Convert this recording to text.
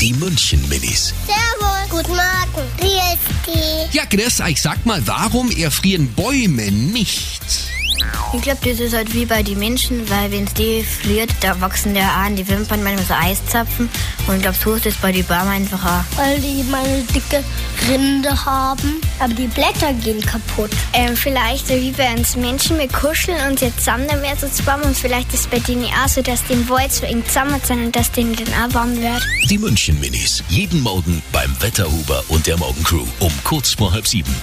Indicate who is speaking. Speaker 1: Die München Minis.
Speaker 2: Servus. Guten Morgen. Wie ist die?
Speaker 1: Ja, Chris, ich sag mal, warum erfrieren Bäume nicht?
Speaker 3: Ich glaube, das ist halt wie bei den Menschen, weil wenn es die friert, da wachsen der an die Wimpern manchmal so Eiszapfen. Und ich glaube, so ist es bei den Bäumen einfach auch.
Speaker 2: Weil die meine dicke Rinde haben. Aber die Blätter gehen kaputt.
Speaker 3: Ähm, vielleicht so wie bei uns Menschen, wir kuscheln uns jetzt zusammen, dann wird so zusammen. Und vielleicht ist bei denen auch so, dass den Wald so eng zusammen sind und dass denen dann auch warm wird.
Speaker 1: Die München Minis. Jeden Morgen beim Wetterhuber und der Morgencrew um kurz vor halb sieben.